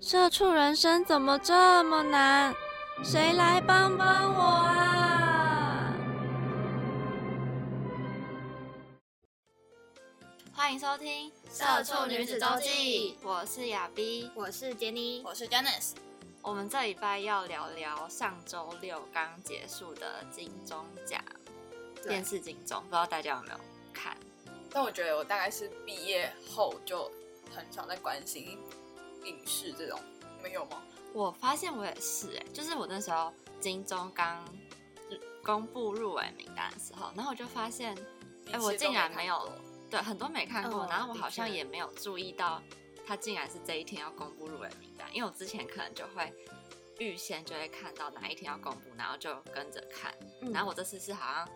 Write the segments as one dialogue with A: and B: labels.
A: 社畜人生怎么这么难？谁来帮帮我啊！欢迎收听《
B: 社畜女子周记》，
A: 我是亚逼。
C: 我是杰尼，
B: 我是 Janice，
A: 我们这礼拜要聊聊上周六刚结束的金钟奖
B: 对
A: 电视金钟，不知道大家有没有看？
B: 但我觉得我大概是毕业后就很少在关心影视这种，你们有吗？
A: 我发现我也是、欸，就是我那时候金钟刚嗯公布入围名单的时候，然后我就发现，哎、我竟然没有对很多没看过，
B: 嗯
A: 然后我好像
B: 的确
A: 也没有注意到他竟然是这一天要公布入围名单，因为我之前可能就会预先就会看到哪一天要公布，然后就跟着看，
B: 嗯
A: 然后我这次是好像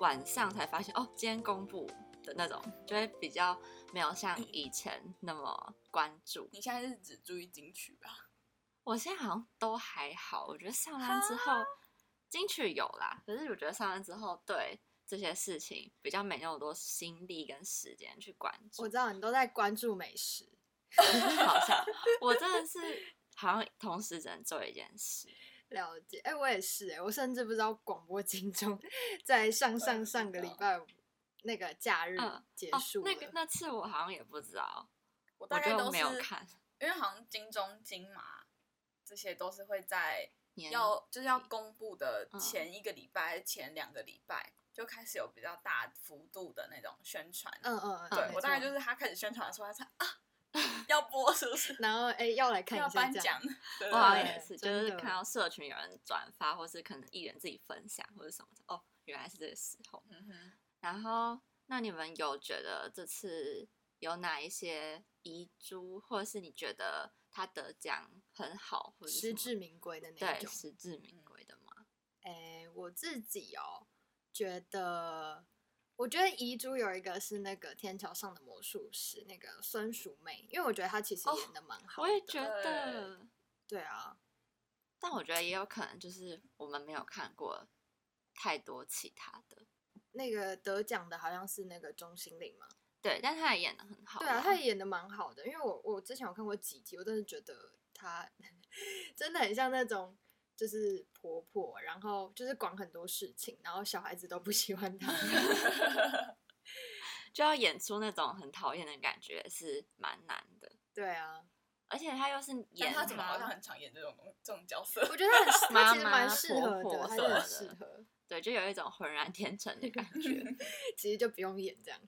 A: 晚上才发现哦，今天公布的那种，就会比较没有像以前那么关注。
B: 你现在是只注意金曲吧？
A: 我现在好像都还好，我觉得上班之后金曲有啦，可是我觉得上班之后对这些事情比较没那么多心力跟时间去关注
D: 我。知道你都在关注美食，
A: 好 像我真的是好像同时只能做一件事，
D: 了解。哎、我也是、哎，我甚至不知道广播金钟在上上上个礼拜五那个假日
A: 嗯
D: 结
A: 哦
D: 束，了。
A: 那个那次我好像也不知道，
B: 我
A: 我
B: 大概
A: 就
B: 都
A: 没
B: 是
A: 有 看
B: 因为好像金钟、金马这些都是会在
A: 年
B: 要就是要公布的
A: 嗯
B: 前一个礼拜、还是前两个礼拜就开始有比较大幅度的那种宣传。
D: 嗯嗯，嗯
B: 对
D: 没
B: 我大概
D: 错
B: 就是他开始宣传的时候，他才啊 要播是不是？
D: 然后哎、要来看
B: 要
D: 一下
B: 颁
D: 这样
B: 奖，对
A: 我好像
D: 对
A: 也是，就是
D: 真的
A: 看到社群有人转发，或是可能艺人自己分享或者什么的，哦，原来是这个时候。
B: 嗯哼，
A: 然后，那你们有觉得这次有哪一些遗珠，或者是你觉得他得奖很好，或者是
D: 实
A: 什么
D: 至名归的嗯那一
A: 对
D: 种。
A: 实至名归的吗？
D: 哎、我自己哦，觉得，我觉得遗珠有一个是那个天桥上的魔术师，那个孙淑媚，因为我觉得她其实
A: 哦
D: 演的蛮好
A: 我
D: 的。
A: 也觉
B: 对
A: 得，
D: 对啊，
A: 但我觉得也有可能就是我们没有看过太多其他的，
D: 那个得奖的好像是那个钟欣凌嘛。
A: 对，但他也演的很好
D: 对
A: 啦。
D: 啊，他也演的蛮好的，因为我我之前有看过几集，我真的觉得她 真的很像那种就是婆婆，然后就是管很多事情，然后小孩子都不喜 欢她。
A: 就要演出那种很讨厌的感觉是蛮难的，
D: 对啊，
A: 而且他又是
B: 但
A: 演
B: 他怎么好像很常演这种东这种角色？
D: 我觉 得她很她其实
A: 妈妈
D: 蛮适
A: 婆
D: 合
A: 婆
D: 的，她
A: 什
D: 就
A: 么
D: 很
A: 的
D: 适合，
A: 对，就有一种浑然天成的感 觉。
D: 其实就不用演这样。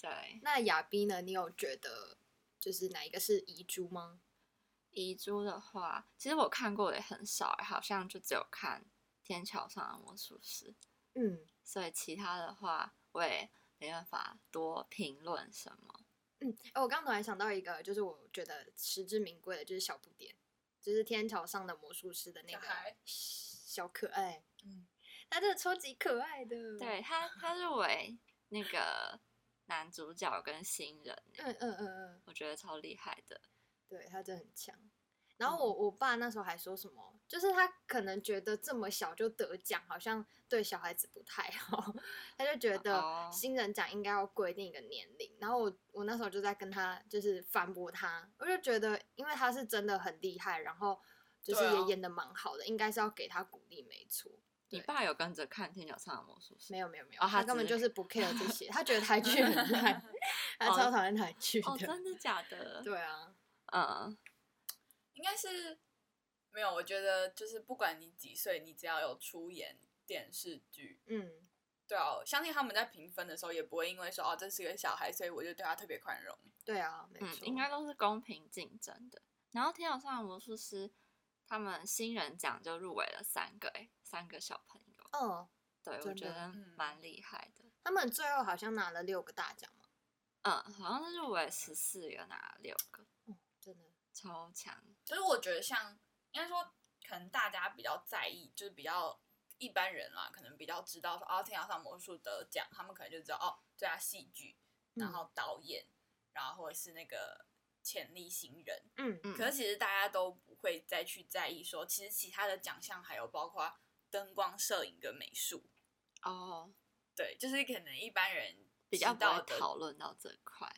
A: 对，
D: 那亚逼呢？你有觉得就是哪一个是遗珠吗？
A: 遗珠的话，其实我看过的也很少，好像就只有看《天桥上的魔术师》，
D: 嗯
A: 所以其他的话我也没办法多评论什么。
D: 嗯，哎，我刚突然想到一个，就是我觉得实至名归的，就是小不点，就是天桥上的魔术师的那
B: 小
D: 个
B: 孩
D: 小可爱，
B: 嗯，
D: 他真的超级可爱的，，
A: 对 他，他入围那个男主角跟新人欸，
D: 嗯嗯嗯嗯，
A: 我觉得超厉害的。
D: 对他真的很强。然
A: 嗯
D: 后我我爸那时候还说什么，就是他可能觉得这么小就得奖，好像对小孩子不太好，他就觉
A: 哦
D: 得新人奖应该要规定一个年龄。然后我我那时候就在跟他就是反驳他，我就觉得因为他是真的很厉害，然后就是
B: 对啊
D: 也演的蛮好的，应该是要给他鼓励，没错。
A: 你
D: 对
A: 爸有跟着看《天桥上的魔术师》？
D: 没有没有没有，
A: 哦他
D: 他
A: 只
D: 根本
A: 是
D: 就 是不 care 这些，他觉得台剧很烂，他
A: 哦
D: 超讨厌台剧
A: 哦，
D: 的。
A: 真的假的？
D: 对啊，
A: 嗯，
B: 应该是没有。我觉得就是不管你几岁，你只要有出演电视剧，
D: 嗯，
B: 对啊，我相信他们在评分的时候也不会因为说哦这是个小孩，所以我就对他特别宽容。
D: 对啊，没
A: 嗯，
D: 错，
A: 应该都是公平竞争的。然后《天桥上的魔术师》他们新人奖就入围了三个、欸，三个小朋友，
D: 嗯，
A: 对我
D: 真
A: 觉
D: 的
A: 得
B: 嗯
A: 蛮厉害的。
D: 他们最后好像拿了六个大奖嘛，
A: 嗯，好像是入围十四个，拿了六个，
D: 真的，
A: 超强。
B: 就是我觉得像应该说可能大家比较在意，就是比较一般人啦，可能比较知道说哦，天桥上魔术得奖，他们可能就知道哦，最佳戏剧，然
D: 嗯
B: 后导演，然后或者是那个潜力新人，
D: 嗯
A: 嗯
B: 可是其实大家都不会再去在意说，其实其他的奖项还有包括灯光、摄影跟美术，
A: 哦，
B: 对，就是可能一般人
A: 比较
B: 知
A: 不
B: 道
A: 会
B: 的。
A: 讨嗯论到这块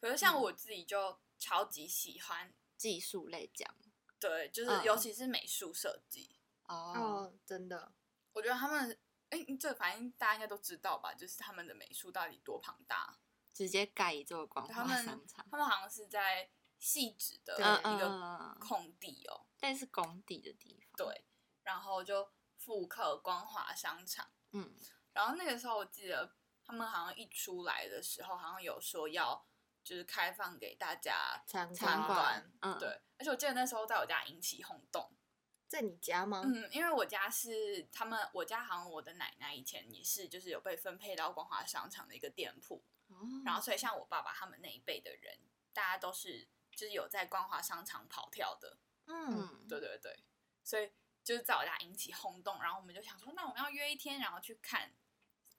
B: 可是像我自己就超级喜欢，
A: 技术类奖
B: 对，就是
A: 嗯
B: 尤其是美术设计，
A: 哦，
D: 哦，真的，
B: 我觉得他们，哎、这反正大家应该都知道吧，就是他们的美术到底多庞大，
A: 直接盖一座光
B: 他
A: 华
B: 们
A: 商场，
B: 他们好像是在细致的
D: 对
A: 嗯
B: 一
A: 嗯
B: 个
A: 嗯，嗯
B: 空地哦，
A: 但是工地的地方，
B: 对，然后就复刻光华商场。
A: 嗯，
B: 然后那个时候我记得他们好像一出来的时候，好像有说要就是开放给大家
D: 场
B: 参
A: 场
B: 观
A: 馆，，嗯，
B: 对，，而且我记得那时候在我家引起轰动，
D: 在你家吗？
B: 嗯，因为我家是他们，我家好像我的奶奶以前也是就是有被分配到光华商场的一个店铺，
A: 哦嗯
B: 然后所以像我爸爸他们那一辈的人，大家都是就是有在光华商场跑跳的，
D: 嗯，
A: 嗯，
B: 对对对，所以就是在我家引起轰动，然后我们就想说，那我们要约一天，然后去看。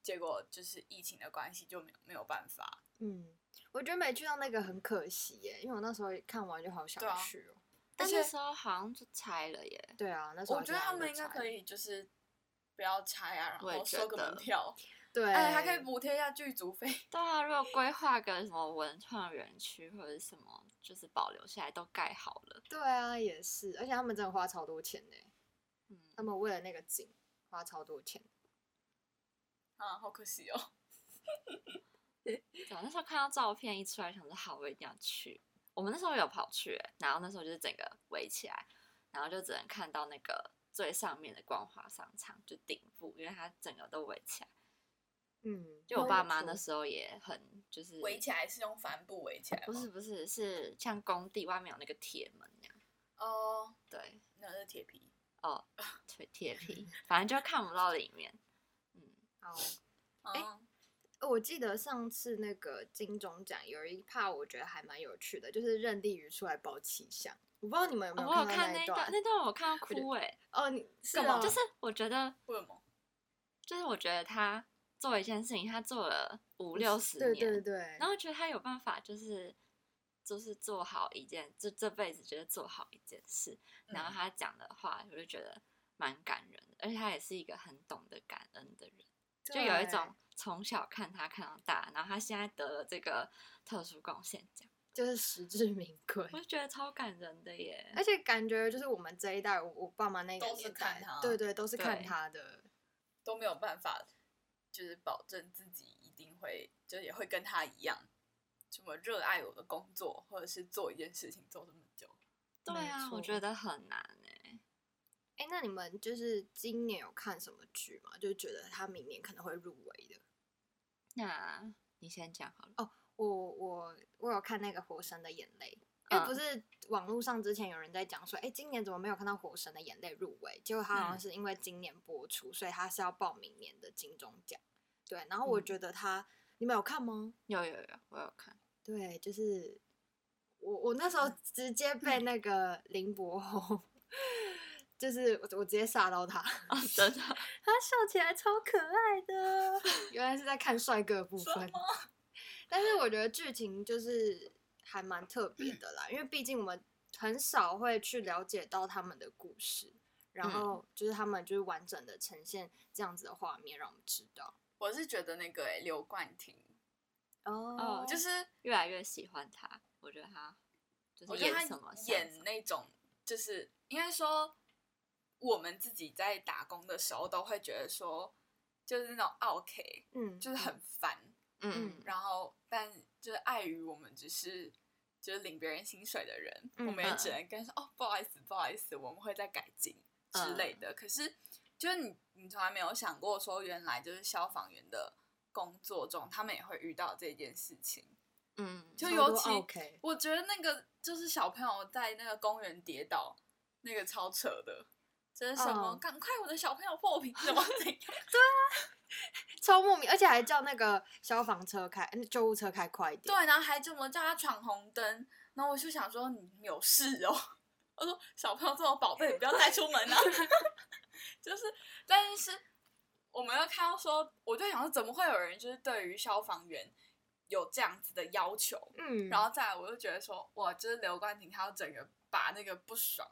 B: 结果就是疫情的关系，就没有没有办法。
D: 嗯，我觉得没去到那个很可惜耶，因为我那时候看完就好想
B: 对啊
D: 去哦。
A: 但
B: 而且
A: 那时候好像就拆了耶，
D: 对啊，那时候
B: 我觉得他
D: 好像
B: 们
D: 还
B: 应该
D: 在
B: 可以，就是不要拆啊，然
A: 我也
B: 后
A: 觉
B: 收个门
A: 得
B: 票，
D: 对，
B: 哎，还可以补贴一下剧组费。
A: 对啊，如果规划个什么文创园区或者什么，就是保留下来都盖好了，
D: 对啊，也是，而且他们真的花超多钱呢，
A: 嗯，
D: 他们为了那个景花超多钱。
B: 啊，好可惜哦。
A: 对啊，那时候看到照片一出来，想说好，我一定要去。我们那时候有跑去、欸然后那时候就是整个围起来，然后就只能看到那个最上面的光华商场，就顶部，因为它整个都围起来。
D: 嗯，
A: 就我爸妈那
D: 的，
A: 时候也很就是
B: 围起来是用帆布围起来
A: 不
B: 吗？
A: 是不是是像工地外面有那个铁门那样，
B: 哦，
A: 对，
B: 那是铁皮。
A: 哦，铁铁皮，反正就看不到里面。嗯，
D: 好，
B: 哎、
D: 呃我记得上次那个金钟奖有一趴，我觉得还蛮有趣的，就是任立瑜出来报气象。我不知道你们有没
A: 哦
D: 有
A: 我有
D: 到
A: 看
D: 那
A: 那
D: 一
A: 段，那段我看到哭哎、
D: 哦，你是
B: 干嘛
D: 哦
A: 就是我觉得
B: 为什么？
A: 就是我觉得他做一件事情，他做了五六十
D: 对
A: 年，
D: 对对，
A: 然后觉得他有办法，就是就是做好一件，就这辈子觉得做好一件事。然后
B: 嗯
A: 他讲的话，我就觉得蛮感人的，而且他也是一个很懂得感恩的人，就有一
D: 对
A: 种从小看他看到大，然后他现在得了这个特殊贡献奖，
D: 就是实至名归。
A: 我就觉得超感人的耶。
D: 而且感觉就是我们这一代，我我爸妈那个
B: 都是
D: 年
B: 看
D: 代
B: 他
D: 对对，都是看
A: 对
D: 他的，
B: 都没有办法，就是保证自己一定会，就是也会跟他一样，这么热爱我的工作，或者是做一件事情做这么久。
A: 对
D: 没
A: 啊，我
D: 错
A: 觉得很难哎。
D: 哎、那你们就是今年有看什么剧吗？就觉得他明年可能会入围的。
A: 那你先讲好了。
D: 我我我有看那个《火神的眼泪》，因为不
A: 嗯
D: 是网络上之前有人在讲说，哎、今年怎么没有看到《火神的眼泪》入围？结果他好像
B: 嗯
D: 是因为今年播出，所以他是要报明年的金钟奖。对，然后我
A: 嗯
D: 觉得他，你们有看吗？
A: 有有有，我有看。
D: 对，就是我我那时候直接被那个林柏宏， 就是我我直接吓到他。
A: 哦，真的，
D: 他笑起来超可爱的， 原来是在看帅哥的部分。 但是我觉得剧情就是还蛮特别的啦，因为毕竟我们很少会去了解到他们的故事，然
A: 嗯
D: 后就是他们就是完整的呈现这样子的画面，让我们知道。
B: 我是觉得那个、诶刘冠廷，
D: 哦
B: 就是
A: 越来越喜欢他，我觉得他就是
B: 我觉得
A: 演
B: 他
A: 什么像什
B: 演
A: 么
B: 那种，就是应该说，我们自己在打工的时候都会觉得说，就是那种 OK，
D: 嗯，
B: 就是很烦。
A: 嗯
B: 然后但就是碍于我们只是就是领别人薪水的人，
D: 嗯
B: 我们也只能跟说哦，不好意思，不好意思，我们会再改进
A: 嗯
B: 之类的。可是就是你你从来没有想过说，原来就是消防员的工作中，他们也会遇到这件事情。
A: 嗯，
B: 就
D: 超
B: 尤
D: 多
B: 其
D: OK
B: 我觉得那个就是小朋友在那个公园跌倒，那个超扯的。这是什么？
D: 嗯
B: 赶、快我的小朋友破皮怎么怎样？
D: 超莫名，而且还叫那个消防车开，嗯救护车开快一点。
B: 对，然后还这么叫他闯红灯，然后我就想说你有事哦， 我说小朋友这种宝贝，你不要带出门啊。 就是，但是我们又看到说，我就想说，怎么会有人就是对于消防员有这样子的要求？
D: 嗯，
B: 然后再来，我就觉得说，哇，就是刘冠廷他要整个把那个不爽，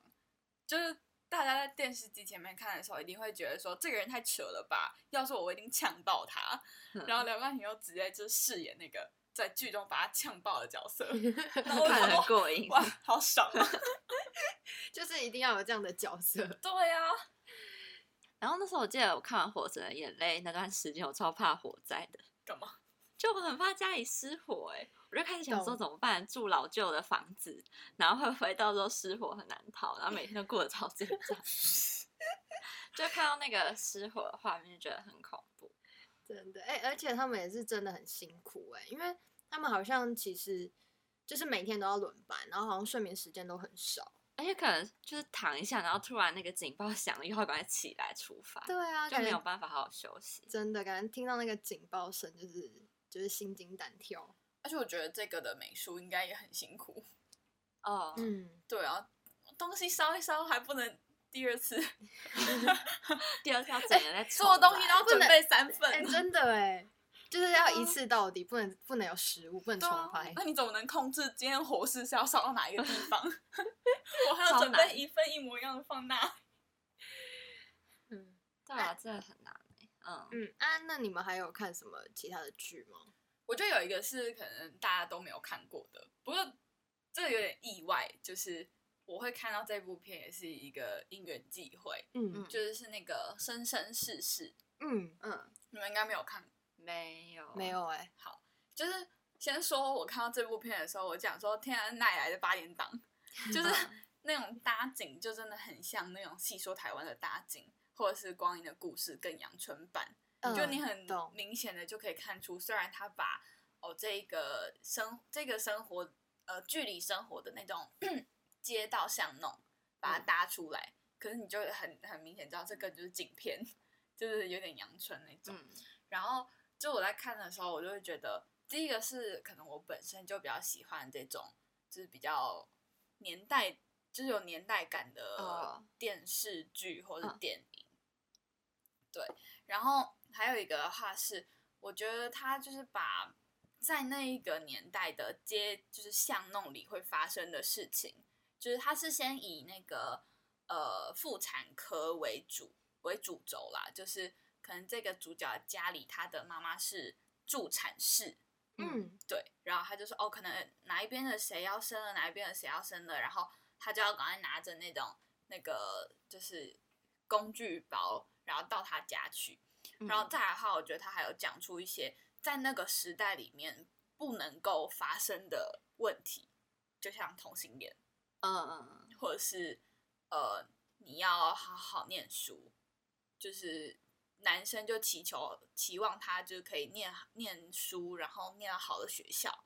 B: 就是大家在电视机前面看的时候，一定会觉得说这个人太扯了吧，要是我我一定呛爆他。然后刘冠廷又直接就饰演那个在剧中把他呛爆的角色， 然后我就
A: 看得很
B: 说
A: 过 瘾。
B: 哇，好爽啊！
D: 就是一定要有这样的角色。
B: 对啊呀、
A: 然后那时候我记得我看完《火神的眼泪》那段时间，我超怕火灾的，
B: 干嘛？
A: 就我很怕家里失火、欸，哎，我就开始想说
D: 懂
A: 怎么办，住老旧的房子，然后会不会到时候失火很难逃，然后每天都过得超紧张， 就看到那个失火的画面，就觉得很恐怖。
D: 真的，哎、而且他们也是真的很辛苦哎、因为他们好像其实就是每天都要轮班，然后好像睡眠时间都很少。
A: 而且可能就是躺一下，然后突然那个警报响了，又要赶快起来出发，
D: 对啊，
A: 就
D: 感
A: 没
D: 觉
A: 有办法好好休息。
D: 真的感觉听到那个警报声，就是就是心惊胆跳。
B: 而且我觉得这个的美术应该也很辛苦。
A: 哦，
D: 嗯，
B: 对啊，东西烧一烧还不能第二次
A: 第二天要整个在
B: 所哎有东西都要
D: 不能
B: 准备三份。
D: 哎、真的哎、就是要一次到底，不能不能有失误，不能
B: 对
D: 重
B: 啊
D: 拍
B: 那、。你怎么能控制今天火势是要烧到哪一个地方？ 我还要
A: 超
B: 准备
A: 难
B: 一份一模一样的放大。
D: 嗯
A: 对啊，这很难、欸。嗯，
D: 嗯，啊，那你们还有看什么其他的剧吗？
B: 我觉得有一个是可能大家都没有看过的，不过这个有点意外，就是我会看到这部片也是一个因缘际会，
D: 嗯
B: 就是是那个生生世世，
D: 嗯，
A: 嗯，
B: 你们应该没有看
A: 没有，
D: 没。有哎、
B: 就是先说，我看到这部片的时候，我讲说，天啊，哪里来的八点 档？就是 那种搭景，就真的很像那种戏说台湾的搭景，或者是《光阴的故事》更阳春版，
D: 嗯
B: 就你很
D: 懂
B: 明显的就可以看出，虽然他把哦这一个生这个生活呃距离生活的那种 街道巷弄，把
D: 嗯
B: 它搭出来，可是你就很很明显知道这个就是景片，就是有点阳春那种。
A: 嗯，
B: 然后就我在看的时候，我就会觉得，第一个是可能我本身就比较喜欢这种，就是比较年代，就是有年代感的
A: 哦
B: 电视剧或者
A: 嗯
B: 电影。对，然后还有一个的话是，我觉得他就是把在那一个年代的街，就是巷弄里会发生的事情，就是他是先以那个呃妇产科为主为主轴啦，就是可能这个主角的家里他的妈妈是助产士，
D: 嗯
B: 对，然后他就说哦，可能哪一边的谁要生了，哪一边的谁要生了，然后他就要赶快拿着那种那个就是工具包，然后到他家去，然后再来的话，我觉得他还有讲出一些在那个时代里面不能够发生的问题，就像同性恋，
A: 嗯嗯嗯，
B: 或者是呃，你要好好念书，就是男生就祈求期望他就是可以念念书，然后念到好的学校，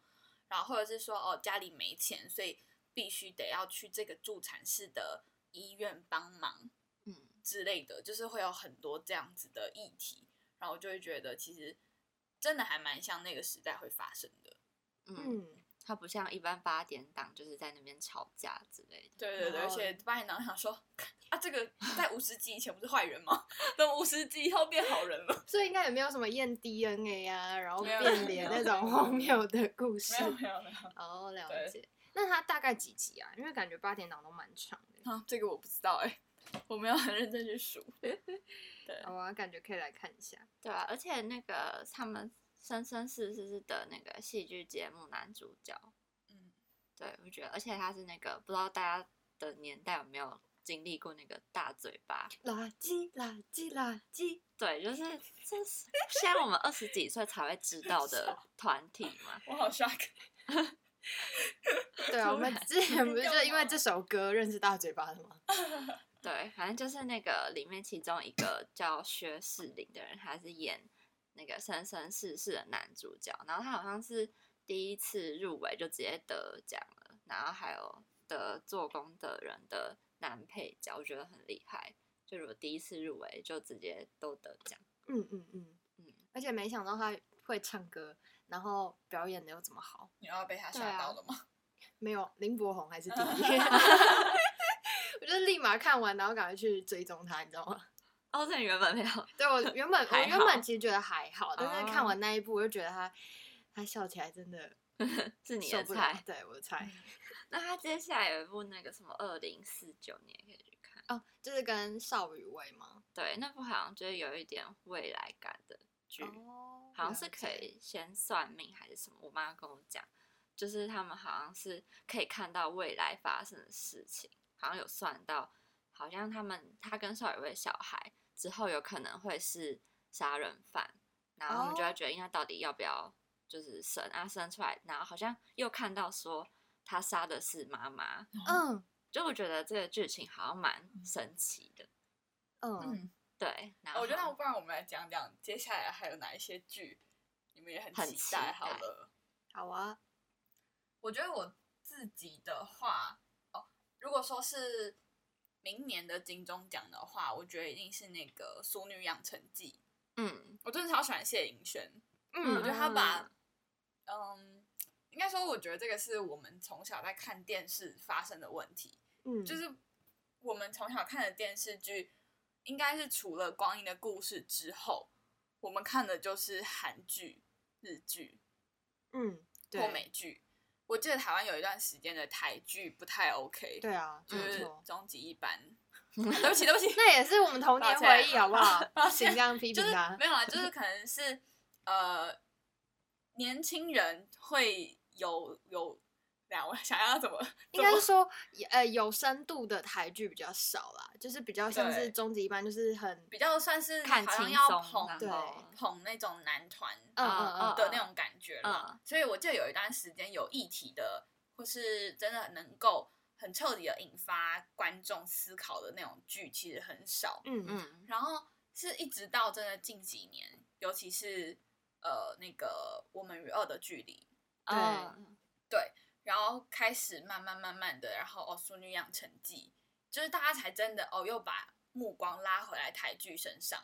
B: 然后或者是说哦家里没钱，所以必须得要去这个助产士的医院帮忙，
A: 嗯
B: 之类的，就是会有很多这样子的议题，然后我就会觉得其实真的还蛮像那个时代会发生的。
A: 嗯，
D: 嗯，
A: 它不像一般八点档，就是在那边吵架之类的。
B: 对对对，而
D: 然后
B: 且八点档想说啊，这个在五十集以前不是坏人吗？ 怎么五十集以后变好人了？
D: 所以应该也没有什么验 DNA 啊，然后
B: 没有
D: 变脸那
B: 没有
D: 种荒谬的故事
B: 没。有没有没有
D: 哦，了
B: 对
D: 解。那它大概几集啊？因为感觉八点档都蛮长的。
B: 啊，这个我不知道哎、我没有很认真去数。
D: 好啊，感觉可以来看一下。
A: 对啊，而且那个他们生生世世是的那个戏剧节目男主角，
B: 嗯，
A: 对我觉得，而且他是那个不知道大家的年代有没有经历过那个大嘴巴？
D: 垃圾，垃圾，垃圾。
A: 对，就是这是现在我们二十几岁才会知道 的
D: 啊
A: 团体嘛。
B: 我好 shock。
D: 对啊，我们之前不是就因为这首歌认识大嘴巴的吗？
A: 对，反正就是那个里面其中一个叫薛世林的人，他是演那个生生世世的男主角，然后他好像是第一次入围就直接得奖了，然后还有得做工的人的男配角，我觉得很厉害。就如果第一次入围就直接都得奖，
D: 嗯嗯嗯
A: 嗯
D: 而且没想到他会唱歌，然后表演的又这么好。
B: 你要被他
A: 对啊
B: 吓到了吗？
D: 没有，林柏宏还是第一。马看完，然后赶快去追踪他，你知道吗？
A: 哦，这你原本没有，
D: 对我原本我
A: 还
D: 原
A: 好
D: 本其实觉得还好，但
A: 哦
D: 是看完那一部，我就觉得他他笑起来真的
A: 是你
D: 受
A: 的
D: 不了
A: 菜。
D: 对我的菜
A: 那他接下来有一部那个什么二零四九，你也可以去看。
D: 哦，就是跟邵雨薇嘛，
A: 对，那部好像就是有一点未来感的剧，
D: 哦
A: 嗯好像是可以先算命还是什么。我妈跟我讲，就是他们好像是可以看到未来发生的事情，好像有算到，好像他们他跟邵雨薇小孩之后有可能会是杀人犯，然后他们就
D: 哦
A: 在决定他到底要不要就是生啊生出来，然后好像又看到说他杀的是妈妈，
D: 嗯
A: 就我觉得这个剧情好像蛮神奇的。
D: 嗯，
B: 嗯，
A: 对，然后
B: 我觉得那不然我们来讲讲接下来还有哪一些剧，你们也很
A: 很
B: 期
A: 期
B: 待。好
A: 待
B: 了，
D: 好啊，
B: 我觉得我自己的话，哦，如果说是明年的金钟奖的话，我觉得一定是那个《俗女养成记》，
A: 嗯
B: 我真的超喜欢谢颖轩，
A: 嗯
B: 我
D: 嗯
B: 觉得他把
A: 嗯，
B: 嗯，应该说，我觉得这个是我们从小在看电视发生的问题，
D: 嗯，
B: 就是我们从小看的电视剧，应该是除了《光阴的故事》之后，我们看的就是韩剧、日剧
D: 嗯，
B: 或
D: 对
B: 美剧。我记得台湾有一段时间的台剧不太 OK，
D: 对啊，
B: 就
D: 没
B: 是
D: 错，
B: 终极一 班。啊对不起，对不起，
D: 那也是我们童
B: 抱
D: 年
B: 歉
D: 回忆，好不好？
B: 抱
D: 不行，
B: 歉
D: 这样批
B: 就
D: 评
B: 是
D: 他
B: 没，有啊，就是可能是呃，年轻人会有有，等下我想要怎么？
D: 应该是说呃有深度的台剧比较少啦，就是比较像
B: 对
D: 是终极一班，就是很
B: 比较算是
A: 看
B: 好像
A: 轻
B: 要
A: 松啊
B: 捧
A: 然
D: 对
A: 后
B: 捧那种男团
D: 嗯
A: 啊
D: 嗯
B: 的那种感觉了。
A: 嗯
B: 所以我记得有一段时间有议题的，或是真的能够很彻底的引发观众思考的那种剧，其实很少。
D: 嗯嗯
A: 嗯
B: 然后是一直到真的近几年，尤其是呃那个《我们与恶的距离》，
D: 对
A: 嗯
B: 然后开始慢慢慢慢的，然后哦，《淑女养成记》，就是大家才真的哦，又把目光拉回来台剧身上，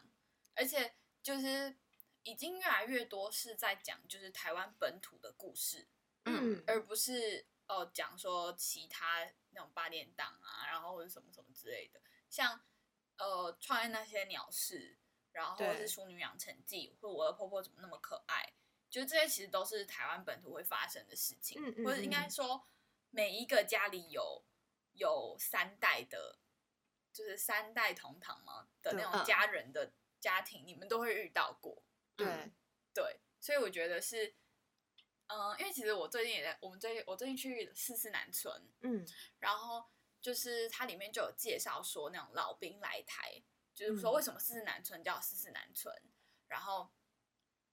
B: 而且就是已经越来越多是在讲就是台湾本土的故事，
A: 嗯
D: 嗯
B: 而不是哦讲说其他那种八点档啊，然后或者什么什么之类的，像呃创业那些鸟事，然后或
D: 对
B: 是淑女养成记，或我的婆婆怎么那么可爱，就是这些其实都是台湾本土会发生的事情，
D: 嗯嗯
B: 或者应该说每一个家里有有三代的，就是三代同堂嘛的那
D: 对
B: 种
A: 嗯
B: 家人的家庭，你们都会遇到过，
D: 对，
B: 对，所以我觉得是，嗯、因为其实我最近也在，我们最近我最近去四四南村，
D: 嗯
B: 然后就是它里面就有介绍说那种老兵来台，就是说
D: 嗯
B: 为什么四四南村叫四四南村，然后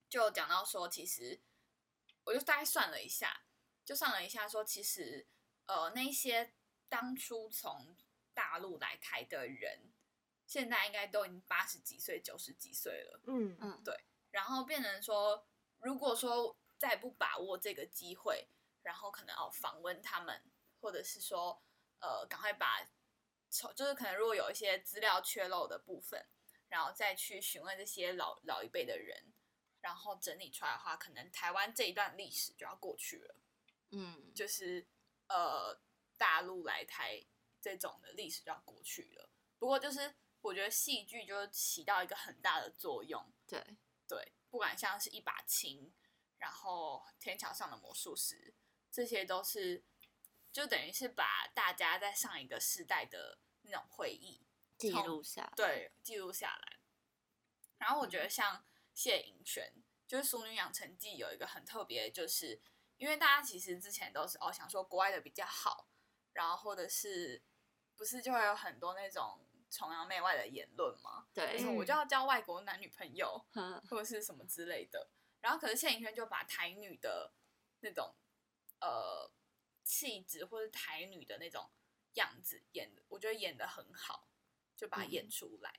B: 就有讲到说，其实我就大概算了一下，就算了一下说，其实呃那一些当初从大陆来台的人，现在应该都已经八十几岁、九十几岁了。
D: 嗯
A: 嗯
B: 然后变成说，如果说再不把握这个机会，然后可能哦访问他们，或者是说呃赶快把，就是可能如果有一些资料缺漏的部分，然后再去询问这些老老一辈的人，然后整理出来的话，可能台湾这一段历史就要过去了，
A: 嗯，
B: 就是呃大陆来台这种的历史就要过去了。不过就是我觉得戏剧就起到一个很大的作用。
A: 对，
B: 对，不管像是一把琴，然后天桥上的魔术师，这些都是就等于是把大家在上一个世代的那种回忆，
A: 记
B: 从
A: 录下来，
B: 对记录下来。然后我觉得像谢颖璇，就是《俗女养成记》有一个很特别的，就是因为大家其实之前都是哦想说国外的比较好，然后或者是不是就会有很多那种崇洋媚外的言论嘛，就
A: 对，
B: 是我就要交外国男女朋友，
A: 嗯
B: 或者是什么之类的。然后可是谢颖轩就把台女的那种呃气质或者台女的那种样子演的，我觉得演的很好，就把它演出来。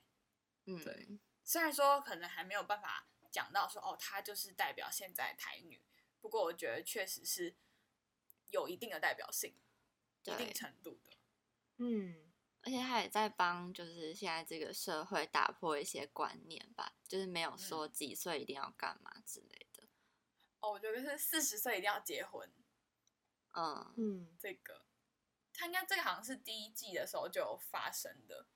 A: 嗯
B: 对虽然说可能还没有办法讲到说哦，她就是代表现在台女，不过我觉得确实是有一定的代表性，一定
A: 对，
B: 程度的。
D: 嗯
A: 而且他也在帮，就是现在这个社会打破一些观念吧，就是没有说几岁一定要干嘛之类的。
B: 哦，我觉得是四十岁一定要结婚
A: 嗯，
D: 嗯
B: 这个。他应该这个好像是第一季的时候就有发生的。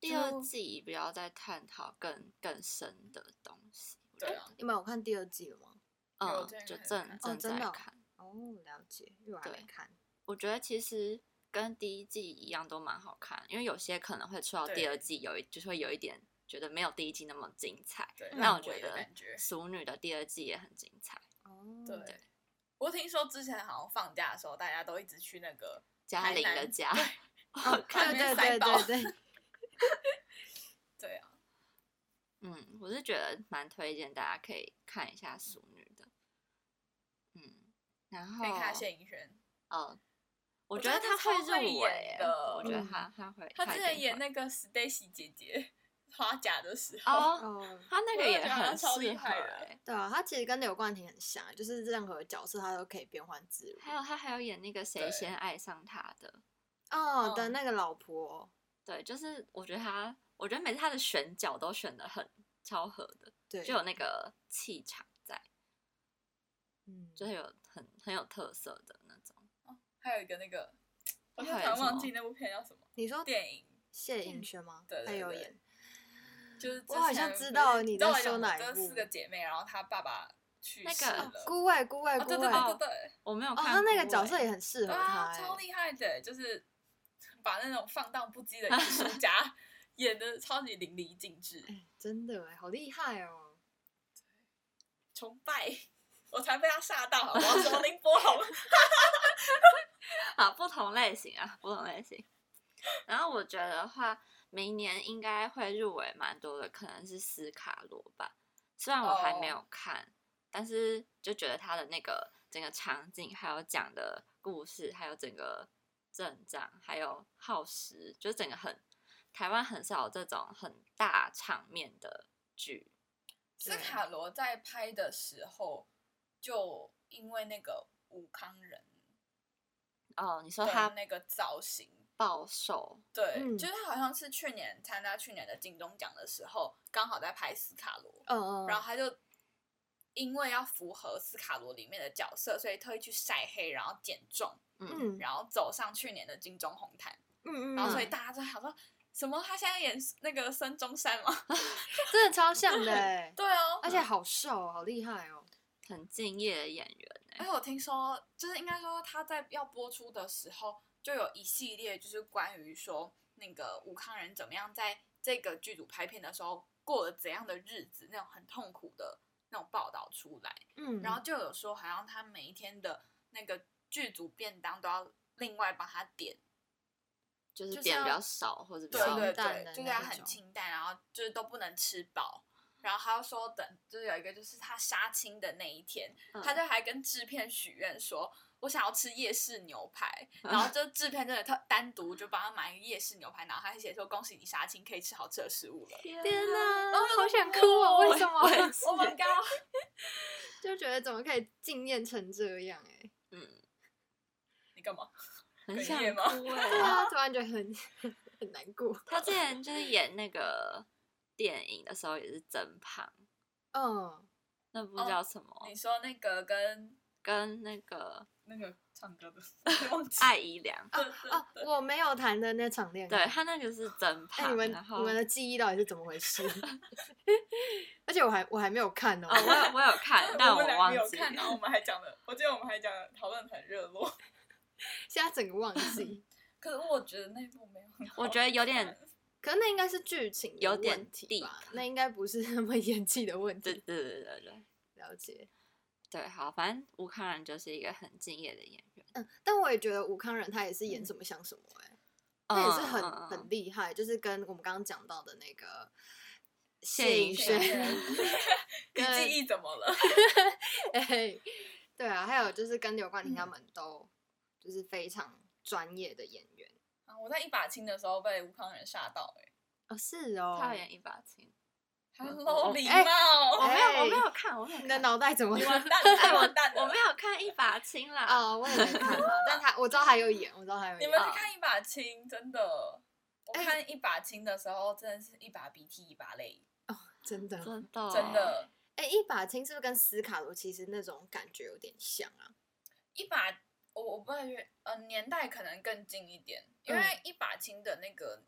A: 第二季不要再探讨更更深的东西。
B: 对啊，
D: 你们有看第二季了吗？
B: 有
A: 嗯
B: 我最，近
A: 就
B: 开始
A: 正
B: 看
D: 哦
A: 正
D: 真
A: 在
D: 的哦
A: 看。
D: 哦，了解，因为我还没
A: 对
D: 看。
A: 我觉得其实跟第一季一样都蛮好看，因为有些可能会出到第
B: 对
A: 二季有一就是会有一点觉得没有第一季那么精彩，
B: 对，
A: 但我
B: 烂尾
A: 觉
B: 的
A: 得
B: 感觉
A: 《熟女》的第二季也很精彩，
D: 哦，
B: 对。
A: 对
B: 我听说之前好像放假的时候，大家都一直去那个
A: 嘉
B: 台
A: 玲的
B: 南
A: 家，
D: 哦，
B: 看
D: 对对
B: 那塞
D: 对
B: 爆
D: 对对，
B: 对啊，
A: 嗯，我是觉得蛮推荐大家可以看一下《熟女》的，嗯，然后
B: 可以看谢盈萱，
A: 嗯，我
B: 我
A: 觉
B: 觉
A: 得
B: 得她
A: 会
B: 超
A: 入
B: 会
A: 围
B: 演
A: 欸，
B: 的
A: 我觉得
D: 嗯
A: 她她会，
B: 她
A: 她
B: 之
A: 一
B: 前
A: 定
B: 演
A: 会
B: 那个 Stacy 姐姐花甲的时候，
A: 哦，
D: 哦，
A: 她那个
B: 我也
A: 也
B: 觉得她
A: 很适
B: 超
A: 合
B: 厉害的
A: 欸，
D: 对啊，他其实跟刘冠廷很像，就是任何角色他都可以变换自如。
A: 还有她还有演那个谁
B: 对
A: 先爱上他的，
D: 哦
B: 嗯
D: 的那个老婆，哦
A: 对，就是我觉得她，我觉得每次她的选角都选的很超合的，
D: 对，
A: 就有那个气场在，
D: 嗯，
A: 就是有很很有特色的那种。
B: 还有一个那个，我突
A: 还有
B: 然
A: 什么
B: 忘记那部片叫什么
D: 你说
B: 电影，
D: 谢颖轩吗？
B: 对对
D: 他有
B: 对
D: 演，
B: 就是之
D: 我好像
B: 前
D: 知
B: 不
D: 道
B: 是
D: 你
B: 知道
D: 在
B: 我
D: 说
B: 讲的
D: 哪一
B: 这
D: 部
B: 四个姐妹，然后她爸爸去
A: 那
B: 世
A: 个
B: 了
D: 哦，孤味孤味
B: 啊
D: 孤
B: 对
D: 味，
B: 对对对
D: 哦，
B: 对，
A: 我没有看、
D: 他那个角色也，很适合
B: 对
D: 他
B: 啊，
D: 欸，
B: 超厉害的，就是把那种放荡不羁的艺术 家演的超级淋漓尽致，
D: 哎，真的哎，好厉害哦！
B: 崇拜。我才被他吓到，好不好？什么林柏 宏？
A: 好 不同类型啊，不同类型。然后我觉得的话，明年应该会入围蛮多的，可能是斯卡罗吧。虽然我还没
D: 哦
A: 有看但是就觉得他的那个整个场景，还有讲的故事，还有整个阵仗，还有耗时，就整个很台湾很少有这种很大场面的剧。
B: 斯卡罗在拍的时候，就因为那个武康人
A: 哦，你说
B: 的
A: 他
B: 那个造型，
A: 暴瘦，
B: 对，
D: 嗯
B: 就是他好像是去年参加去年的金钟奖的时候，刚好在拍斯卡罗，
D: 嗯嗯，
B: 然后他就因为要符合斯卡罗里面的角色，所以特意去晒黑，然后减重，
A: 嗯，
D: 嗯
B: 然后走上去年的金钟红毯，
D: 嗯嗯，
B: 然后所以
D: 嗯
B: 大家就想说。什么？他现在演那个孙中山吗？
D: 真的超像的欸，
B: 对哦，
D: 而且好瘦，好厉害哦！
A: 很敬业的演员欸
B: 哎而且我听说，就是应该说他在要播出的时候，就有一系列就是关于说那个武康人怎么样在这个剧组拍片的时候过了怎样的日子，那种很痛苦的那种报道出来。
D: 嗯，
B: 然后就有说，好像他每一天的那个剧组便当都要另外帮他点，
A: 就是
D: 就是
A: 点比
D: 要
A: 较少或者比
B: 对
A: 较
B: 对
D: 清淡的
B: 对，就是
D: 那
B: 要
D: 一
B: 很
D: 种
B: 清淡，然后就是都不能吃饱。然后他又说等，就是有一个就是他杀青的那一天，
A: 嗯
B: 他就还跟制片许愿说，我想要吃夜市牛排，然 后就制片真的他单独就帮他买一个夜市牛排，然后他还写说恭喜你杀青，可以吃好吃的食物了。
D: 天
A: 啊
B: 啊
D: 哪，好想哭
B: 哇
D: 哦！为什
B: 我
D: 么
B: 也？是 Oh my god！
D: 就觉得怎么可以惊艳成这样哎？
A: 嗯，
B: 你干嘛？
A: 很
B: 哽
A: 想
B: 咽吗
A: 哭哎、
D: 对啊，突然觉得很 很难过。
A: 他之前就是演那个电影的时候也是真胖，
D: 嗯，
A: 那部
B: 哦
A: 叫什么？
B: 你说那个跟
A: 跟那个
B: 那个 唱歌的，忘记
A: 艾怡良，
B: 对对
D: 哦，
B: 对
D: 我没有谈的那场恋
A: 对
D: 爱。
A: 他那个是真
D: 哎、
A: 胖，
D: 你们
A: 然后
D: 你们的记忆到底是怎么回事？而且我还我还没有看哦。
A: 哦，我有我有看，但
B: 我们
A: 忘
B: 两个有
A: 记
B: 看，然后我们还讲了，我记得我们还讲了讨论很热络。
D: 现在整个忘记。
B: 可是我觉得那部没有很好看，
A: 我觉得有点，
D: 可是那应该是剧情的
A: 有点
D: 问题
A: 地
D: 吧
A: 吧，
D: 那应该不是什么 演技的问
A: 对
D: 题。
A: 对对对对
D: 了解。
A: 对，好，反正吴康仁就是一个很敬业的演员，
D: 嗯，但我也觉得吴康仁他也是演什么像什么哎、
A: 嗯
D: 他也是很、
A: 嗯嗯
D: 很厉害，就是跟我们刚刚讲到的那个
A: 谢颖
D: 颖
A: 轩
D: 轩，
B: 啊你
D: 跟
B: 记忆怎么了？
D: 哎，对啊，还有就是跟刘冠廷
A: 嗯
D: 他们都就是非常专业的演员。
B: 啊我在一把青的时候被吴康仁吓到、欸，
D: 哦，是哦，
A: 他有演一把青，
B: 哎
A: 我
B: ，Hello，礼
D: 哎
B: 貌，
A: 我没有我没
D: 哎
A: 有看，我没有
D: 你的
A: 看，
D: 脑袋怎么
B: 你
D: 了？
B: 完蛋了，
A: 哎
B: 你完蛋了，
A: 我没有看一把青 啦，
D: 哦，我也没看到，但他我知道他有演，我知道他有演。
B: 你们去看一把青，真的，我
D: 哎
B: 看一把青的时候，真的是一把鼻涕一把泪，
D: 真的？欸
A: 真的
B: 真的，
D: 哎、一把青是不是跟斯卡罗其实那种感觉有点像啊？
B: 一把我我不太确定，呃，年代可能更近一点，因为
D: 嗯
B: 一把青的那个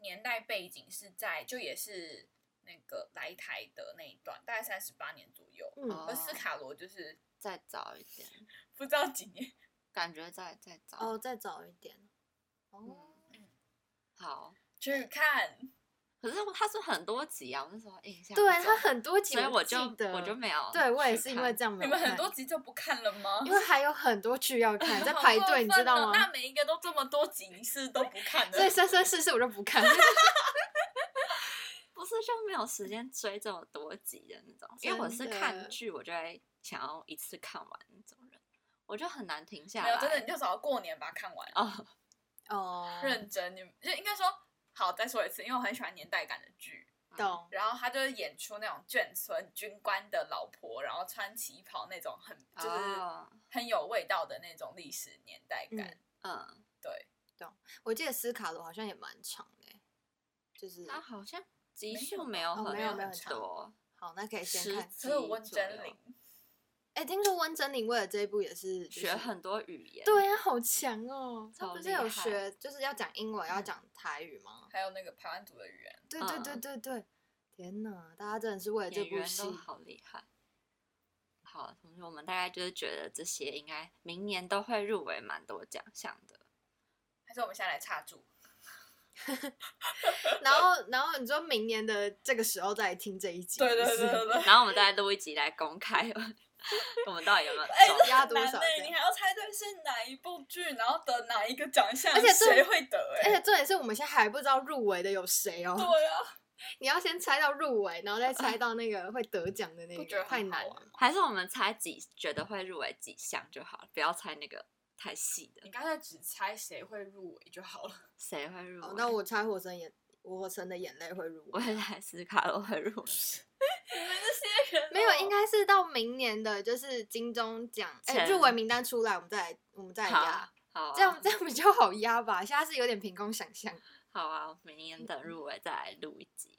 B: 年代背景是在就也是那个来台的那一段，大概三十八年左右，
D: 嗯
A: 哦
B: 而斯卡罗就是
A: 再早一点，
B: 不知道几年，
A: 感觉再再早。
D: 哦，再早一点。哦，
A: 嗯，好。
B: 去看，
A: 可是它是很多集啊，我那时候印象
D: 对
A: 很
D: 他
A: 重，
D: 很多集，
A: 所以我
D: 记
A: 就
D: 得
A: 我就没有去看。
D: 对我也是因为这样没
B: 你
D: 有
B: 们
D: 看，
B: 很多集就不看了吗？
A: 哦
D: 因为还有很多剧要看， 在
B: 好
D: 排
B: 过
D: 队，你知
B: 分
D: 道
B: 哦那
D: 吗？
B: 每一个都这么多集，你是都不看的
D: 所以，生生世世我就不看。
A: 不是就没有时间追这么多集的那种，因为我是
D: 真的欸
A: 看剧，我就会想要一次看完那种人，我就很难停下
B: 没有
A: 来。
B: 真的，你就找过年把它看完。
A: 哦，
D: 哦，
B: 认真，你就应该说好，再说一次，因为我很喜欢年代感的剧。
D: 懂。
B: 然后他就是演出那种眷村军官的老婆，然后穿旗袍那种很就是
A: 哦，
B: 很有味道的那种历史年代感。
D: 嗯
A: 嗯，
B: 对，
D: 我记得斯卡罗好像也蛮长的欸，就是
A: 他好像集
B: 没
A: 数
B: 有
A: 没
B: 吧
A: 有
B: 哦
A: 很
B: 没有没有
A: 很
B: 很长
A: 多，
D: 好，那可以先
A: 十
D: 看。
B: 所以
A: 集
B: 温
A: 左
B: 真
A: 右
B: 菱，
D: 哎，听说温真菱为了这一部也是就是
A: 学很多语言。
D: 对呀，好强哦！他
A: 超
D: 不是
A: 厉
D: 有
A: 害
D: 学就是要讲英文，要
B: 嗯
D: 讲台语吗？
B: 还有那个台湾组的语言，
D: 对对对
A: 嗯
D: 对对，天哪，大家真的是为了这
A: 演
D: 部
A: 员
D: 戏
A: 都好厉害。好，同学，我们大概就是觉得这些应该明年都会入围蛮多奖项的。
B: 还是我们现在来插住？
D: 然后，然后你说明年的这个时候再来听这一集，
B: 对对
D: 是不是
B: 对对对。
A: 然后我们再录一集来公开， 我们到底有没有
B: 哎，
A: 中
B: 这
D: 压
B: 很
D: 多
B: 难
D: 少
B: 呢
D: 这样
B: 你还要猜对是哪一部剧，然后得哪一个奖项，
D: 而且这
B: 谁会得、
D: 而
B: 哎，
D: 且重点是我们现在还不知道入围的有谁哦，
B: 对啊，
D: 你要先猜到入围，然后再猜到那个会得奖的那
B: 不觉得
D: 个，
B: 很
D: 太
B: 好
D: 难
B: 玩
D: 了。
A: 还是我们猜几觉得会入围几项就好了，不要猜那个太细的
B: 你。刚才只猜谁会入围就好 了。
A: 谁会入围？
D: 哦，那我猜火神也，火神的眼泪会入
A: 我
D: 围，
A: 也在思考我会入围。
B: 这些人
D: 没有，应
B: 该
D: 该是到明年的，就是金钟奖，哎，
A: 前
D: 入围名单出来，我们再来，我们再来
A: 好
D: 压
A: 啊，，好啊，
D: 这样这样比较好压吧。现在是有点凭空想象。
A: 好啊，明年等入围再来录一集。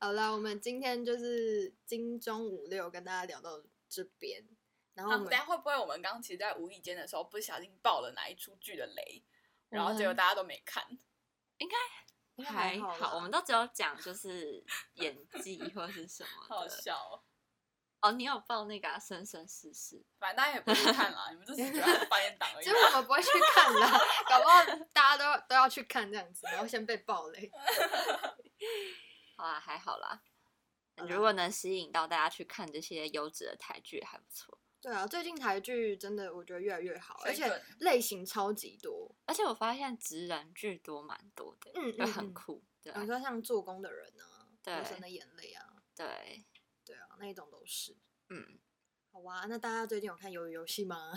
D: 好了，我们今天就是金钟五六跟大家聊到这边，然后我
B: 等
D: 们
B: 一下会不会我们刚刚其实，在无意间的时候不小心爆了哪一出剧的雷，然后
A: 我
B: 结果
A: 们
B: 大家都没看，
D: 应该
A: 还
D: 还好啦
A: 好，我们都只有讲就是演技或是什
B: 好
A: 么
B: 好
A: 的。
B: 笑哦。
A: 哦，你有报那个啊生生世世？
B: 反正大家也不会看啦，你们就只觉得它是八点档而 已
D: 其实我
B: 啦。
D: 们不会去看啦，搞不好大家都都要去看这样子，然后先被暴雷。
A: 好啊，还好啦。
D: 嗯好啦
A: 如果能吸引到大家去看这些优质的台剧，还不错。
D: 对啊，最近台剧真的我觉得越来越好，而
B: 水准
D: 且类型超级多。
A: 而且我发现职人剧多蛮多的，
D: 嗯
A: 就
D: 嗯
A: 很
D: 嗯
A: 酷。对啊
D: 你说像做工的人啊，
A: 对
D: 无声的眼泪啊，
A: 对，
D: 对啊，那一种都是。
A: 嗯，
D: 好哇、那大家最近有看《鱿鱼游戏》吗？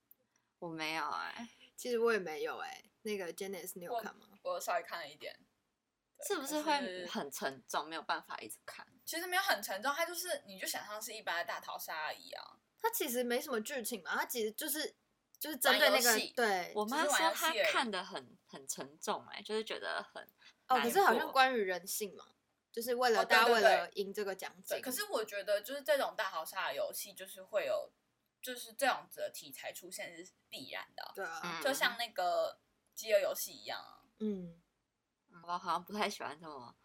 A: 我没有哎、
D: 其实我也没有哎、那个 Janice 你有
B: 我
D: 看吗？
B: 我稍微看了一点，对
A: 是不是
B: 就
A: 会很沉重，没有办法一直看？
B: 其实没有很沉重，它就是你就想象是一般的大逃杀而已啊。
D: 它其实没什么剧情嘛，它其实就是就是针对
B: 玩游
D: 那个
B: 戏
D: 对哦
A: 我
B: 只
A: 妈
B: 是玩
A: 说
B: 游
A: 她
B: 戏而已
A: 看的很很沉重、哎，就是觉得很
D: 哦，
A: 难
D: 可是好像
A: 过
D: 关于人性嘛，就是为了
B: 哦对
D: 大家
B: 对
D: 为
B: 对
D: 了赢这个奖
B: 对，
D: 金。
B: 可是我觉得就是这种大逃杀的游戏，就是会有就是这样子的题材出现是必然的啊，
D: 对啊，
A: 嗯
B: 就像那个饥饿游戏一样啊。
D: 嗯，
A: 我好像不太喜欢这么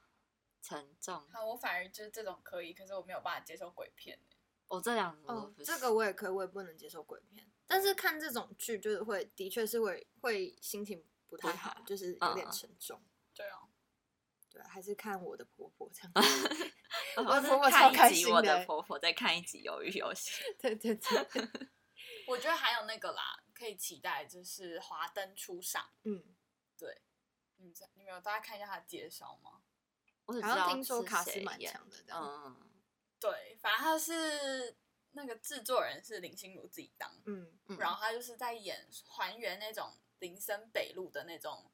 A: 沉重。
B: 好，我反而就是这种可以，可是我没有办法接受鬼片。欸
A: 我这两个我
D: 哦
A: 不，
D: 这
A: 是
D: 个我也可以，我也不能接受鬼片，但是看这种剧就是会，的确是会会心情不太
A: 不
D: 好
A: 好，
D: 就是有
A: 嗯
D: 点
A: 嗯
D: 沉重。
B: 对啊，
D: 对，还是看我的婆婆这样。
A: 我
D: 我
A: 哦是
D: 婆婆超
A: 看
D: 开
A: 一集
D: 心
A: 我
D: 的
A: 的
D: 欸
A: 婆婆，再看一集《鱿鱼游戏》。
D: 对对对，
B: 我觉得还有那个啦，可以期待就是华灯初上。
D: 嗯，
B: 你们在嗯你们有大概看一下它的介绍吗？
A: 我只知
D: 好像
A: 道
D: 听说
A: 是
D: 卡斯
A: 谁
D: 蛮
A: 演
D: 强的，这样。
A: 嗯，
B: 对，反正它是那个制作人是林心如自己当，
D: 嗯，
A: 嗯
B: 然后他就是在演还原那种林森北路的那种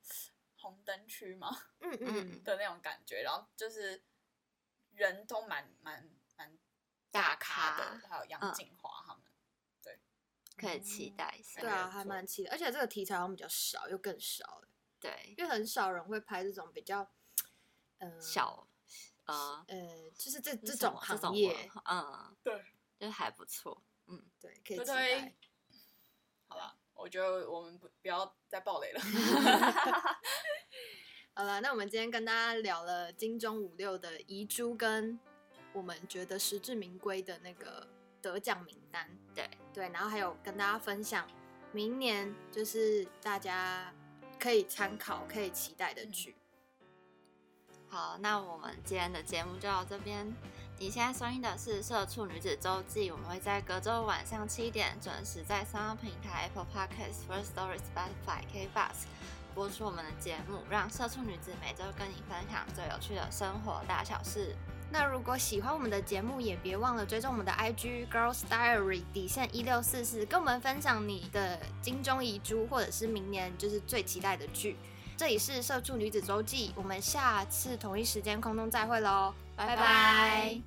B: 红灯区嘛
D: 嗯嗯
A: 嗯
D: 嗯，
B: 的那种感觉，然后就是人都蛮蛮蛮
A: 大
B: 咖
A: 咖
B: 的，还有杨
A: 嗯
B: 静华他们。
A: 可以期
D: 嗯
A: 待一下。
D: 对啊，
B: 不
D: 还
B: 错
D: 蛮期待，而且这个题材好像比较少，又更少了，
A: 对，
D: 因为很少人会拍这种比较，嗯，
A: 小呃
D: 呃，就是这
A: 是
D: 这
A: 什
D: 种
A: 么
D: 行
A: 文
D: 业，
A: 化嗯，
B: 对，
A: 就还不错。
D: 对，可以
B: 就
D: 期
B: 对
D: 待。
B: 好了，我觉得我们不不要再暴 雷了。
D: 好了，呃那我们今天跟大家聊了金钟五六的遗珠，跟我们觉得实至名归的那个得奖名单。
A: 对
D: 对，然后还有跟大家分享明年就是大家可以参考、可以期待的剧。
A: 好，那我们今天的节目就到这边。你现在收听的是《社畜女子周记》，我们会在隔周晚上七点准时在三大平台 Apple Podcasts、First Story、Spotify、KBox 播出我们的节目，让社畜女子每周跟你分享最有趣的生活大小事。
D: 那如果喜欢我们的节目，也别忘了追踪我们的 IG Girls Diary 底线一六四四，跟我们分享你的金钟遗珠，或者是明年就是最期待的剧。这里是《社畜女子周记》，我们下次同一时间空中再会喽，拜拜